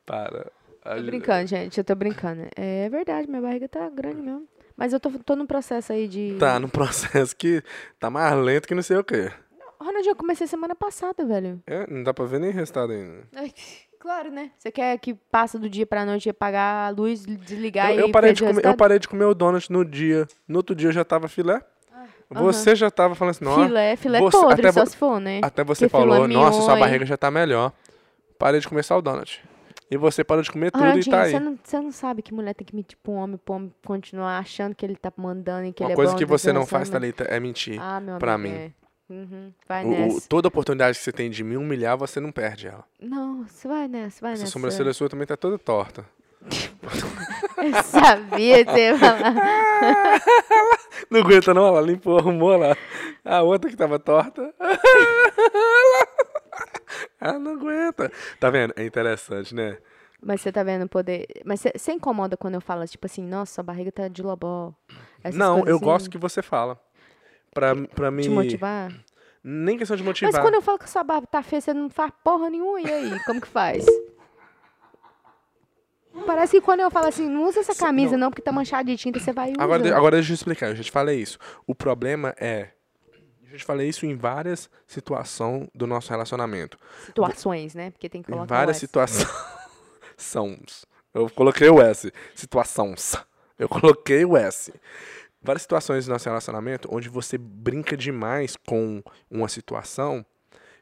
Speaker 3: Para.
Speaker 4: Tô brincando, gente. Eu tô brincando. É verdade, minha barriga tá grande mesmo. Mas eu tô, tô num processo aí de.
Speaker 3: Tá num processo que tá mais lento que não sei o quê.
Speaker 4: Ronald, eu comecei semana passada, velho.
Speaker 3: É, não dá pra ver nem resultado ainda.
Speaker 4: Ai, Claro, né? Você quer que passa do dia pra noite e apagar a luz, desligar
Speaker 3: Eu,
Speaker 4: e
Speaker 3: eu parei de
Speaker 4: perder o
Speaker 3: comer, eu
Speaker 4: resultado?
Speaker 3: parei de comer o donut no dia. No outro dia eu já tava filé. Você já tava falando assim, nossa.
Speaker 4: Ah, Filé, filé
Speaker 3: você-
Speaker 4: podre,
Speaker 3: até
Speaker 4: só
Speaker 3: vo-
Speaker 4: se for, né?
Speaker 3: Até você
Speaker 4: Que filé
Speaker 3: falou, nossa,
Speaker 4: mignon,
Speaker 3: sua
Speaker 4: hein?"
Speaker 3: barriga já tá melhor. Parei de comer só o donut. E você parou de comer tudo e
Speaker 4: Ronaldinho,
Speaker 3: tá aí.
Speaker 4: Ah, você, não, é você não sabe que mulher tem que mentir pro homem, pro homem continuar achando que ele tá mandando e que ele
Speaker 3: Uma
Speaker 4: é
Speaker 3: coisa
Speaker 4: bom
Speaker 3: que
Speaker 4: no
Speaker 3: você não faz,
Speaker 4: relacionamento.
Speaker 3: Thalita, é mentir.
Speaker 4: Ah, meu
Speaker 3: pra
Speaker 4: amigo,
Speaker 3: mim.
Speaker 4: é. Uhum, vai
Speaker 3: O- o-
Speaker 4: nessa.
Speaker 3: toda oportunidade que você tem de me humilhar, você não perde ela.
Speaker 4: Não, você vai nessa, vai
Speaker 3: Essa
Speaker 4: nessa.
Speaker 3: sobrancelha sua também tá toda torta.
Speaker 4: Eu sabia que você ia falar.
Speaker 3: Não aguenta não, ela limpou, arrumou lá. A outra que tava torta. Ela não aguenta. Tá vendo? É interessante, né?
Speaker 4: Mas você tá vendo o poder. Mas você- você incomoda quando eu falo, tipo assim, nossa, sua barriga tá de lobó. Essas
Speaker 3: não,
Speaker 4: coisas
Speaker 3: eu
Speaker 4: assim,
Speaker 3: gosto que você fala. Pra, pra mim.
Speaker 4: Te motivar?
Speaker 3: Nem questão de motivar.
Speaker 4: Mas quando eu falo que sua barba tá feia, você não faz porra nenhuma, e aí? Como que faz? Parece que quando eu falo assim, não usa essa
Speaker 3: Cê-
Speaker 4: camisa não, porque tá manchada de tinta, você vai e usa.
Speaker 3: Agora, de- agora deixa eu explicar, eu já te falei isso. O problema é. Eu já te falei isso em várias situações do nosso relacionamento.
Speaker 4: Situações, né? Porque tem que
Speaker 3: Em
Speaker 4: colocar
Speaker 3: várias
Speaker 4: o S.
Speaker 3: situações. Eu coloquei o S. Situações. Eu coloquei o S. Várias situações do nosso relacionamento onde você brinca demais com uma situação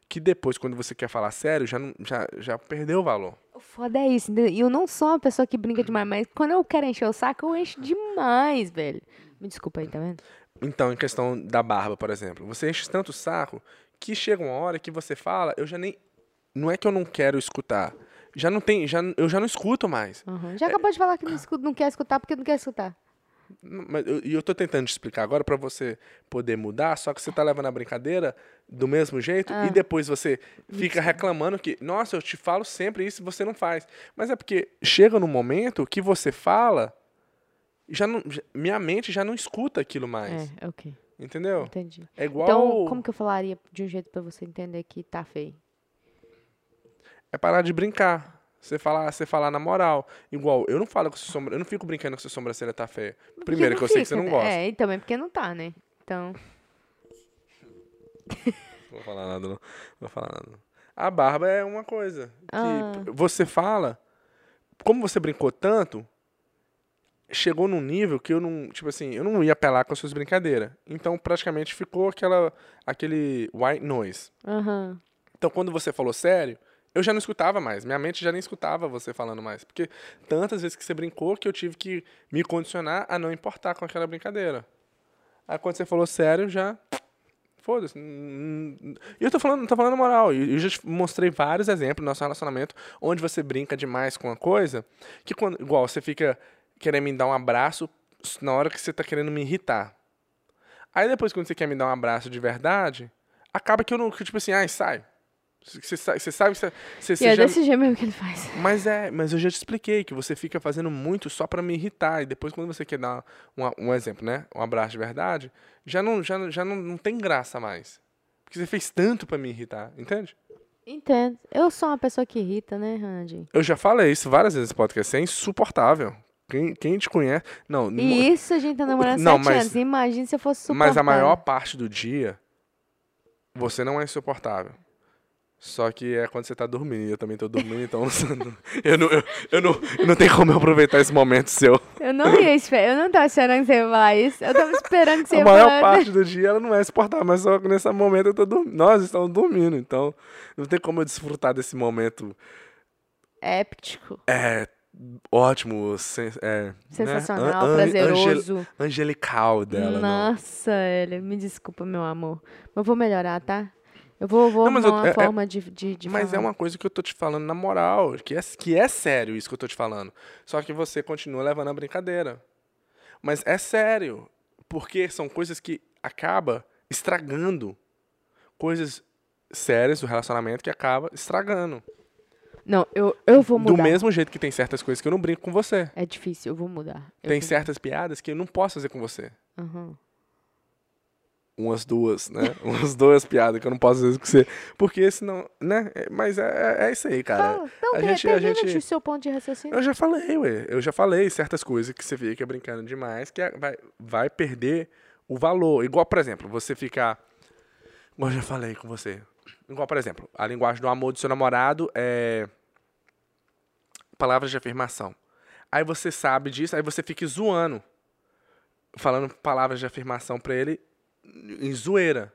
Speaker 3: que depois, quando você quer falar sério, já, não- já, já perdeu o valor.
Speaker 4: O foda é isso, entendeu? E eu não sou uma pessoa que brinca demais, mas quando eu quero encher o saco, eu encho demais, velho. Me desculpa aí, tá vendo?
Speaker 3: Então, em questão da barba, por exemplo, você enche tanto o saco que chega uma hora que você fala, eu já nem. Não é que eu não quero escutar. Já não tem. Já, eu já não escuto mais.
Speaker 4: Uhum. Já acabou de falar que não, escuta, não quer escutar porque não quer escutar.
Speaker 3: Não, mas eu- E eu, tô tentando te explicar agora pra você poder mudar, só que você tá levando a brincadeira do mesmo jeito
Speaker 4: Ah.
Speaker 3: e depois você fica reclamando que, nossa, eu te falo sempre isso e você não faz. Mas é porque chega num momento que você fala, já não, já- minha mente já não escuta aquilo mais.
Speaker 4: É, ok.
Speaker 3: Entendeu?
Speaker 4: Entendi.
Speaker 3: É igual.
Speaker 4: Então, como que eu falaria de um jeito pra você entender que tá feio?
Speaker 3: é parar de brincar. Você falar, você falar na moral. Igual, eu não falo que sua sombra, eu não fico brincando que sua sobrancelha tá feia. Primeiro, que eu sei que você não gosta.
Speaker 4: É, e também porque não tá, né? Então,
Speaker 3: Não vou falar nada, não. Não vou falar nada. não. A barba é uma coisa. Que
Speaker 4: Ah.
Speaker 3: p- você fala. Como você brincou tanto, chegou num nível que eu não. Tipo assim, eu não ia apelar com as suas brincadeiras. Então, praticamente ficou aquela, aquele white noise.
Speaker 4: aham.
Speaker 3: Então, quando você falou sério, eu já não escutava mais. Minha mente já nem escutava você falando mais. Porque tantas vezes que você brincou que eu tive que me condicionar a não importar com aquela brincadeira. Aí, quando você falou sério, já. Foda-se. Hum, hum. E eu tô falando, tô falando moral. E eu já te mostrei vários exemplos no nosso relacionamento onde você brinca demais com uma coisa que, quando, igual, você fica querendo me dar um abraço na hora que você tá querendo me irritar. Aí depois, quando você quer me dar um abraço de verdade, acaba que eu não. que, tipo assim, ai, sai. Você sa- você sabe, você, você,
Speaker 4: e é
Speaker 3: você já-
Speaker 4: desse jeito mesmo que ele faz.
Speaker 3: Mas é, mas eu já te expliquei que você fica fazendo muito só pra me irritar. E depois, quando você quer dar uma- um exemplo, né? Um abraço de verdade, já não, já, não- já não, não tem graça mais. Porque você fez tanto pra me irritar, entende?
Speaker 4: Entendo. Eu sou uma pessoa que irrita, né, Randy?
Speaker 3: Eu já falei isso várias vezes no podcast, é insuportável. Quem, quem te conhece. Não, mo-
Speaker 4: E isso a gente tá namorando
Speaker 3: Não,
Speaker 4: sete
Speaker 3: mas-
Speaker 4: anos. Imagina se eu fosse suportar.
Speaker 3: mas a maior parte do dia você não é insuportável. Só que é quando você tá dormindo. e Eu também tô dormindo, então eu não, eu, eu não, eu não tenho como eu aproveitar esse momento seu.
Speaker 4: Eu não ia esperar. Eu não tava esperando que você ia falar isso. Eu tava esperando que você
Speaker 3: A
Speaker 4: ia
Speaker 3: maior
Speaker 4: falar.
Speaker 3: parte do dia ela não é suportável, mas só que nesse momento eu tô dormindo. Nós estamos dormindo, então não tem como eu desfrutar desse momento.
Speaker 4: Éptico.
Speaker 3: É ótimo, sen- é, né?
Speaker 4: Sensacional,
Speaker 3: An- an- angel-
Speaker 4: prazeroso.
Speaker 3: angelical dela. Não.
Speaker 4: Nossa, ele, me desculpa, meu amor. Eu vou melhorar, tá? Eu vou, vou
Speaker 3: Não, mas
Speaker 4: arrumar
Speaker 3: eu-
Speaker 4: uma
Speaker 3: é- é-
Speaker 4: forma de, de, de
Speaker 3: Mas é
Speaker 4: falar.
Speaker 3: uma coisa que eu tô te falando na moral, que é, que é sério isso que eu tô te falando. Só que você continua levando a brincadeira. Mas é sério, porque são coisas que acaba estragando. Coisas sérias do relacionamento que acaba estragando.
Speaker 4: Não, eu, eu vou mudar.
Speaker 3: Do mesmo jeito que tem certas coisas que eu não brinco com você.
Speaker 4: É difícil, eu vou mudar. Eu
Speaker 3: tem
Speaker 4: vou-
Speaker 3: certas piadas que eu não posso fazer com você.
Speaker 4: Aham.
Speaker 3: Umas duas, né? Umas duas piadas que eu não posso fazer com você. Porque senão, né? É, Mas é, é- é isso aí, cara.
Speaker 4: Fala, então,
Speaker 3: a
Speaker 4: a
Speaker 3: gente- a gente-
Speaker 4: o seu ponto de raciocínio.
Speaker 3: Eu já falei, ué. Eu já falei certas coisas que você fica brincando demais que é, vai, vai perder o valor. Igual, por exemplo, você ficar. Igual eu já falei com você. Igual, por exemplo, a linguagem do amor do seu namorado é. Palavras de afirmação. Aí você sabe disso, aí você fica zoando. Falando palavras de afirmação pra ele em zoeira.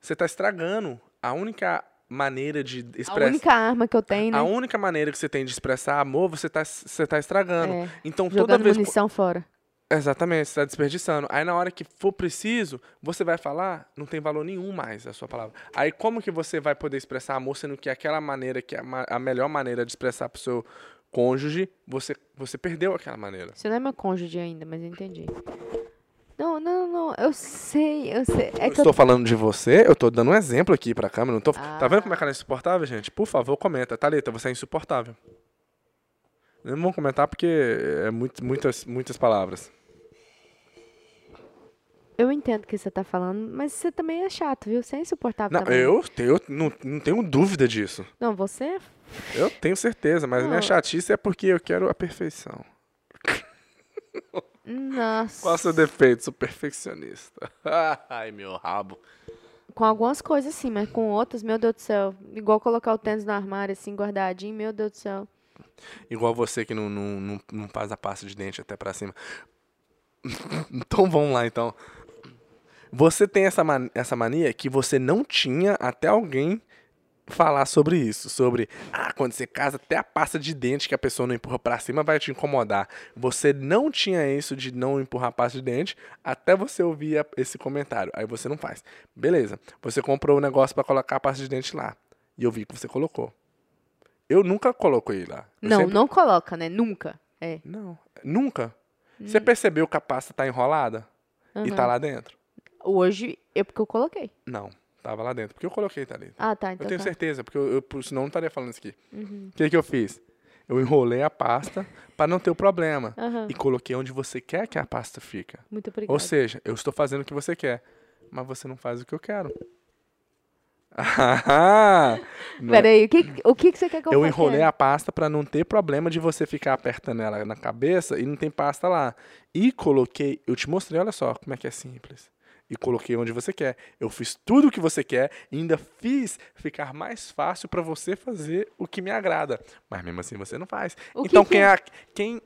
Speaker 3: Você tá estragando a única maneira de
Speaker 4: A
Speaker 3: expressar.
Speaker 4: única arma que eu tenho, né?
Speaker 3: A um, única maneira que você tem de expressar amor, você tá, você tá estragando.
Speaker 4: É,
Speaker 3: Então, toda
Speaker 4: jogando
Speaker 3: vez.
Speaker 4: munição fora.
Speaker 3: Exatamente, você tá desperdiçando. Aí, na hora que for preciso, você vai falar, não tem valor nenhum mais a sua palavra. Aí, como que você vai poder expressar amor, sendo que aquela maneira, que é a, ma- a melhor maneira de expressar pro seu cônjuge, você, você perdeu aquela maneira.
Speaker 4: Você não é meu cônjuge ainda, mas eu entendi. Não, não, não, eu sei, eu sei. É
Speaker 3: eu
Speaker 4: que eu
Speaker 3: estou falando de você, eu tô dando um exemplo aqui pra câmera. Não tô, Tá
Speaker 4: Ah.
Speaker 3: vendo como é que ela é insuportável, gente? Por favor, comenta. Thalita, você é insuportável. Não vão comentar porque é muito, muitas, muitas palavras.
Speaker 4: Eu entendo o que você tá falando, mas você também é chato, viu? Você é insuportável
Speaker 3: Não,
Speaker 4: também.
Speaker 3: eu, te- eu não, não tenho dúvida disso.
Speaker 4: Não, você é
Speaker 3: Eu tenho certeza, mas minha
Speaker 4: Não.
Speaker 3: chatice é porque eu quero a perfeição.
Speaker 4: Nossa.
Speaker 3: Qual o seu defeito? Sou perfeccionista. Ai, meu rabo.
Speaker 4: Com algumas coisas, sim, mas com outras, meu Deus do céu. Igual colocar o tênis no armário, assim, guardadinho, meu Deus do céu.
Speaker 3: Igual você que não, não, não, não faz a pasta de dente até pra cima. então vamos lá, então. Você tem essa, man- essa mania que você não tinha até alguém falar sobre isso. Sobre, ah, quando você casa, até a pasta de dente que a pessoa não empurra pra cima vai te incomodar. Você não tinha isso de não empurrar a pasta de dente até você ouvir a- esse comentário. Aí você não faz. Beleza. Você comprou o negócio pra colocar a pasta de dente lá. E eu vi que você colocou. Eu nunca coloquei lá. Eu
Speaker 4: não,
Speaker 3: sempre
Speaker 4: não coloca, né? Nunca. É.
Speaker 3: não, nunca. Você percebeu que a pasta tá enrolada e tá
Speaker 4: Hum. Aham.
Speaker 3: lá dentro?
Speaker 4: Hoje, é porque eu coloquei.
Speaker 3: Não, tava lá dentro, porque eu coloquei tá ali.
Speaker 4: Ah, tá,
Speaker 3: Eu
Speaker 4: então
Speaker 3: tenho
Speaker 4: tá. Uhum.
Speaker 3: certeza, porque eu, eu- por- senão eu não estaria falando isso aqui. O que que eu fiz? Eu enrolei a pasta para não ter o problema
Speaker 4: Aham.
Speaker 3: e coloquei onde você quer que a pasta fica.
Speaker 4: Muito obrigada.
Speaker 3: Ou seja, eu estou fazendo o que você quer, mas você não faz o que eu quero. Ah, não é-
Speaker 4: Peraí, o que, o que que você quer que eu
Speaker 3: Eu
Speaker 4: faça?
Speaker 3: enrolei a pasta pra não ter problema de você ficar apertando ela na cabeça e não tem pasta lá. E coloquei, eu te mostrei, olha só como é que é simples. E coloquei onde você quer. Eu fiz tudo o que você quer e ainda fiz ficar mais fácil pra você fazer o que me agrada. Mas mesmo assim você não faz.
Speaker 4: O que
Speaker 3: então
Speaker 4: que
Speaker 3: quem
Speaker 4: é-
Speaker 3: é, a- quem,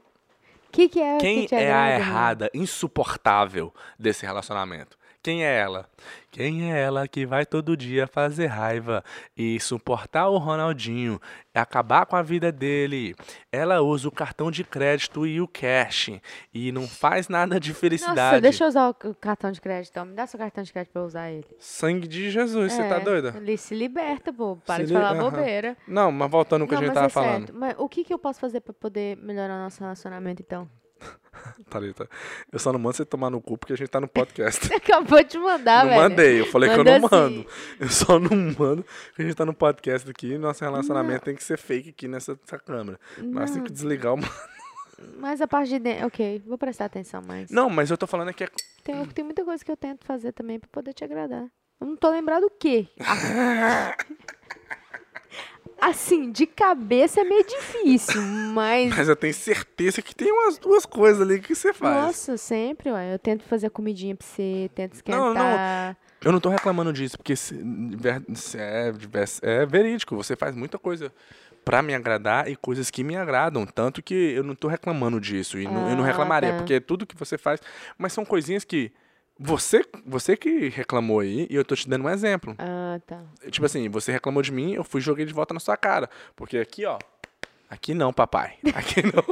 Speaker 4: que, que é
Speaker 3: quem
Speaker 4: que te
Speaker 3: é
Speaker 4: agrada,
Speaker 3: a
Speaker 4: mano?
Speaker 3: errada, insuportável desse relacionamento? Quem é ela? Quem é ela que vai todo dia fazer raiva e suportar o Ronaldinho, acabar com a vida dele? Ela usa o cartão de crédito e o cash e não faz nada de felicidade.
Speaker 4: Nossa, deixa eu usar o c- cartão de crédito. então. Me dá seu cartão de crédito pra eu usar ele.
Speaker 3: Sangue de Jesus, você tá
Speaker 4: É,
Speaker 3: doida?
Speaker 4: Ele se liberta, bobo. Para
Speaker 3: Se
Speaker 4: de
Speaker 3: li-
Speaker 4: falar
Speaker 3: aham.
Speaker 4: bobeira.
Speaker 3: Não, mas voltando ao que a
Speaker 4: Não,
Speaker 3: gente
Speaker 4: mas
Speaker 3: tava
Speaker 4: é
Speaker 3: falando.
Speaker 4: certo. Mas o que, que eu posso fazer pra poder melhorar nosso relacionamento, então?
Speaker 3: Thalita, eu só não mando você tomar no cu porque a gente tá no podcast.
Speaker 4: Acabou de mandar,
Speaker 3: não
Speaker 4: Ah, velho.
Speaker 3: mandei, eu falei que eu não
Speaker 4: Mandou
Speaker 3: mando.
Speaker 4: sim.
Speaker 3: Eu só não mando porque a gente tá no podcast aqui e nosso relacionamento tem que ser fake aqui nessa, nessa câmera. Nós temos que desligar o.
Speaker 4: Mas a parte de dentro. Ok, vou prestar atenção mais.
Speaker 3: Não, mas eu tô falando aqui. é-
Speaker 4: Tem, tem muita coisa que eu tento fazer também pra poder te agradar. Eu não tô lembrado o quê. Ah. Assim, de cabeça é meio difícil, mas.
Speaker 3: Mas eu tenho certeza que tem umas duas coisas ali que você faz.
Speaker 4: Nossa, sempre, ué. Eu tento fazer comidinha pra você, tento
Speaker 3: Não, não.
Speaker 4: esquentar.
Speaker 3: Eu não tô reclamando disso, porque se- ver- se é, divers- é verídico. Você faz muita coisa pra me agradar e coisas que me agradam. Tanto que eu não tô reclamando disso. E não- eu não
Speaker 4: Ah,
Speaker 3: reclamaria,
Speaker 4: tá.
Speaker 3: porque é tudo que você faz. Mas são coisinhas que. Você, você que reclamou aí, e eu tô te dando um exemplo.
Speaker 4: Ah, tá.
Speaker 3: Tipo assim, você reclamou de mim, eu fui e joguei de volta na sua cara. Porque aqui, ó. Aqui não, papai. Aqui não.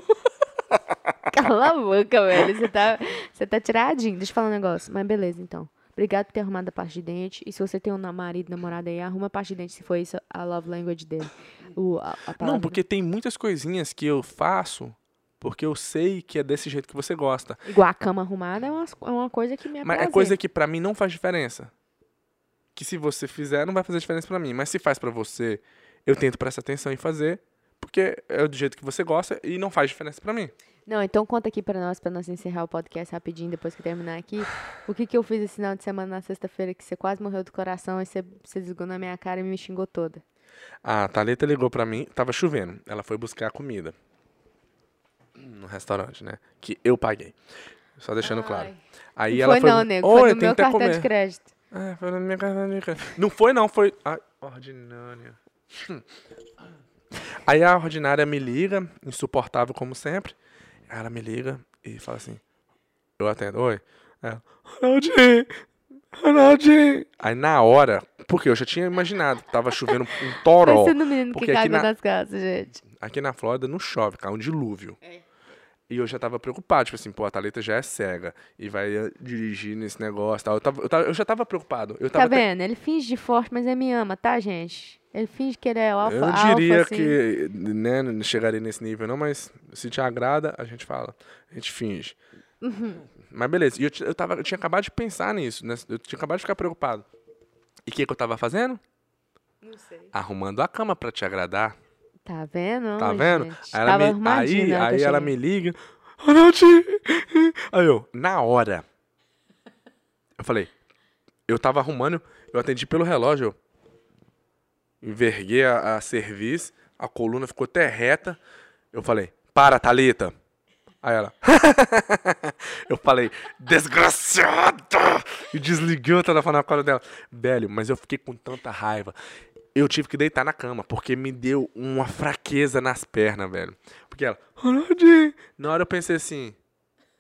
Speaker 4: Cala a boca, velho. Você tá, você tá tiradinho. Deixa eu falar um negócio. Mas beleza, então. Obrigado por ter arrumado a parte de dente. E se você tem um na- marido, namorada aí, arruma a parte de dente, se for isso, a love language dele. O, a, a
Speaker 3: Não,
Speaker 4: palavra-
Speaker 3: porque tem muitas coisinhas que eu faço porque eu sei que é desse jeito que você gosta.
Speaker 4: Igual a cama arrumada é uma, é uma coisa que me é
Speaker 3: Mas é
Speaker 4: prazer.
Speaker 3: coisa que pra mim não faz diferença. Que se você fizer, não vai fazer diferença pra mim. Mas se faz pra você, eu tento prestar atenção em fazer, porque é do jeito que você gosta e não faz diferença pra mim.
Speaker 4: Não, então conta aqui pra nós, pra nós encerrar o podcast rapidinho, depois que terminar aqui. O que que eu fiz esse final de semana, na sexta-feira, que você quase morreu do coração, aí você, você desligou na minha cara e me xingou toda.
Speaker 3: A Thalita ligou pra mim, tava chovendo. Ela foi buscar comida no restaurante, né? Que eu paguei. Só deixando claro.
Speaker 4: Ai.
Speaker 3: Aí
Speaker 4: Não
Speaker 3: ela
Speaker 4: foi,
Speaker 3: foi
Speaker 4: não, nego.
Speaker 3: "Oi,
Speaker 4: Foi
Speaker 3: eu
Speaker 4: no
Speaker 3: tenho tá até
Speaker 4: meu cartão
Speaker 3: comer."
Speaker 4: de crédito.
Speaker 3: Ah, foi na minha casa, minha casa. Não foi, não, foi. A ordinária. Aí a ordinária me liga, insuportável como sempre. Ela me liga e fala assim: Eu atendo, oi. Ela, Ronaldinho, Ronaldinho. Aí na hora, porque eu já tinha imaginado, tava chovendo um toró.
Speaker 4: Pensando no menino que
Speaker 3: porque aqui
Speaker 4: caga
Speaker 3: na-
Speaker 4: nas casas, gente.
Speaker 3: Aqui na Flórida não chove, cai um dilúvio.
Speaker 4: É.
Speaker 3: E eu já tava preocupado, tipo assim, pô, a Thalita já é cega e vai eh, dirigir nesse negócio e tal. Eu, tava- eu tava- eu já tava preocupado. Eu tava
Speaker 4: Tá vendo? Ele finge de forte, mas ele me ama, tá, gente? Ele finge que ele é o alfa,
Speaker 3: Eu não diria
Speaker 4: alfa, assim.
Speaker 3: que né, não chegaria nesse nível, não, mas se te agrada, a gente fala. A gente finge.
Speaker 4: Uhum.
Speaker 3: Mas beleza, e eu, ti- eu, tava, eu tinha acabado de pensar nisso, né? Eu tinha acabado de ficar preocupado. E o que, que eu tava fazendo?
Speaker 4: Não sei.
Speaker 3: Arrumando a cama pra te agradar.
Speaker 4: Tá vendo?
Speaker 3: Tá
Speaker 4: Ai,
Speaker 3: vendo?
Speaker 4: gente.
Speaker 3: Aí
Speaker 4: Tava né,
Speaker 3: ela me,
Speaker 4: arrumadinho
Speaker 3: aí,
Speaker 4: na hora que
Speaker 3: aí
Speaker 4: eu
Speaker 3: ela
Speaker 4: cheguei.
Speaker 3: me liga. Ronaldinho! Aí eu, na hora. Eu falei, eu tava arrumando, eu atendi pelo relógio. eu Enverguei a, a serviço, a coluna ficou até reta. Eu falei, para, Thalita. Aí ela. eu falei, desgraciada! E desliguei o telefone na cara dela. Velho, mas eu fiquei com tanta raiva. Eu tive que deitar na cama, porque me deu uma fraqueza nas pernas, velho. Porque ela, Ronaldinho. Na hora eu pensei assim: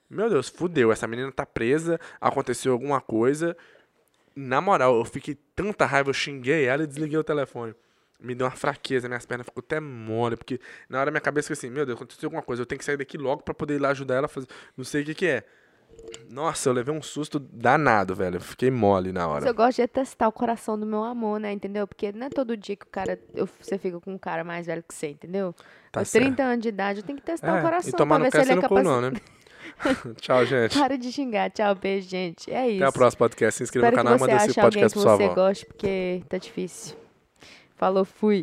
Speaker 3: Meu Deus, fudeu, essa menina tá presa, aconteceu alguma coisa. Na moral, eu fiquei tanta raiva, eu xinguei ela e desliguei o telefone. Me deu uma fraqueza, minhas pernas ficou até mole, porque na hora minha cabeça ficou assim, meu Deus, aconteceu alguma coisa, eu tenho que sair daqui logo pra poder ir lá ajudar ela a fazer, não sei o que que é. Nossa, eu levei um susto danado, velho, eu fiquei mole na
Speaker 4: Mas
Speaker 3: hora.
Speaker 4: Eu gosto de testar o coração do meu amor, né? Entendeu? Porque não é todo dia que o cara. eu- você fica com um cara mais velho que você, entendeu?
Speaker 3: Tá
Speaker 4: Eu, 30 anos de idade, eu tenho que testar
Speaker 3: É,
Speaker 4: o coração
Speaker 3: e tomar
Speaker 4: pra
Speaker 3: no
Speaker 4: ver se ele
Speaker 3: câncer
Speaker 4: é
Speaker 3: no cu
Speaker 4: capaz.
Speaker 3: não, né? Tchau, gente.
Speaker 4: Para de xingar. Tchau, beijo, gente. É isso.
Speaker 3: Até o próximo podcast, se inscreva
Speaker 4: Espero
Speaker 3: no canal,
Speaker 4: que você
Speaker 3: manda esse
Speaker 4: ache alguém
Speaker 3: podcast
Speaker 4: que
Speaker 3: pro sua
Speaker 4: você
Speaker 3: avó.
Speaker 4: goste, porque tá difícil. Falou, fui.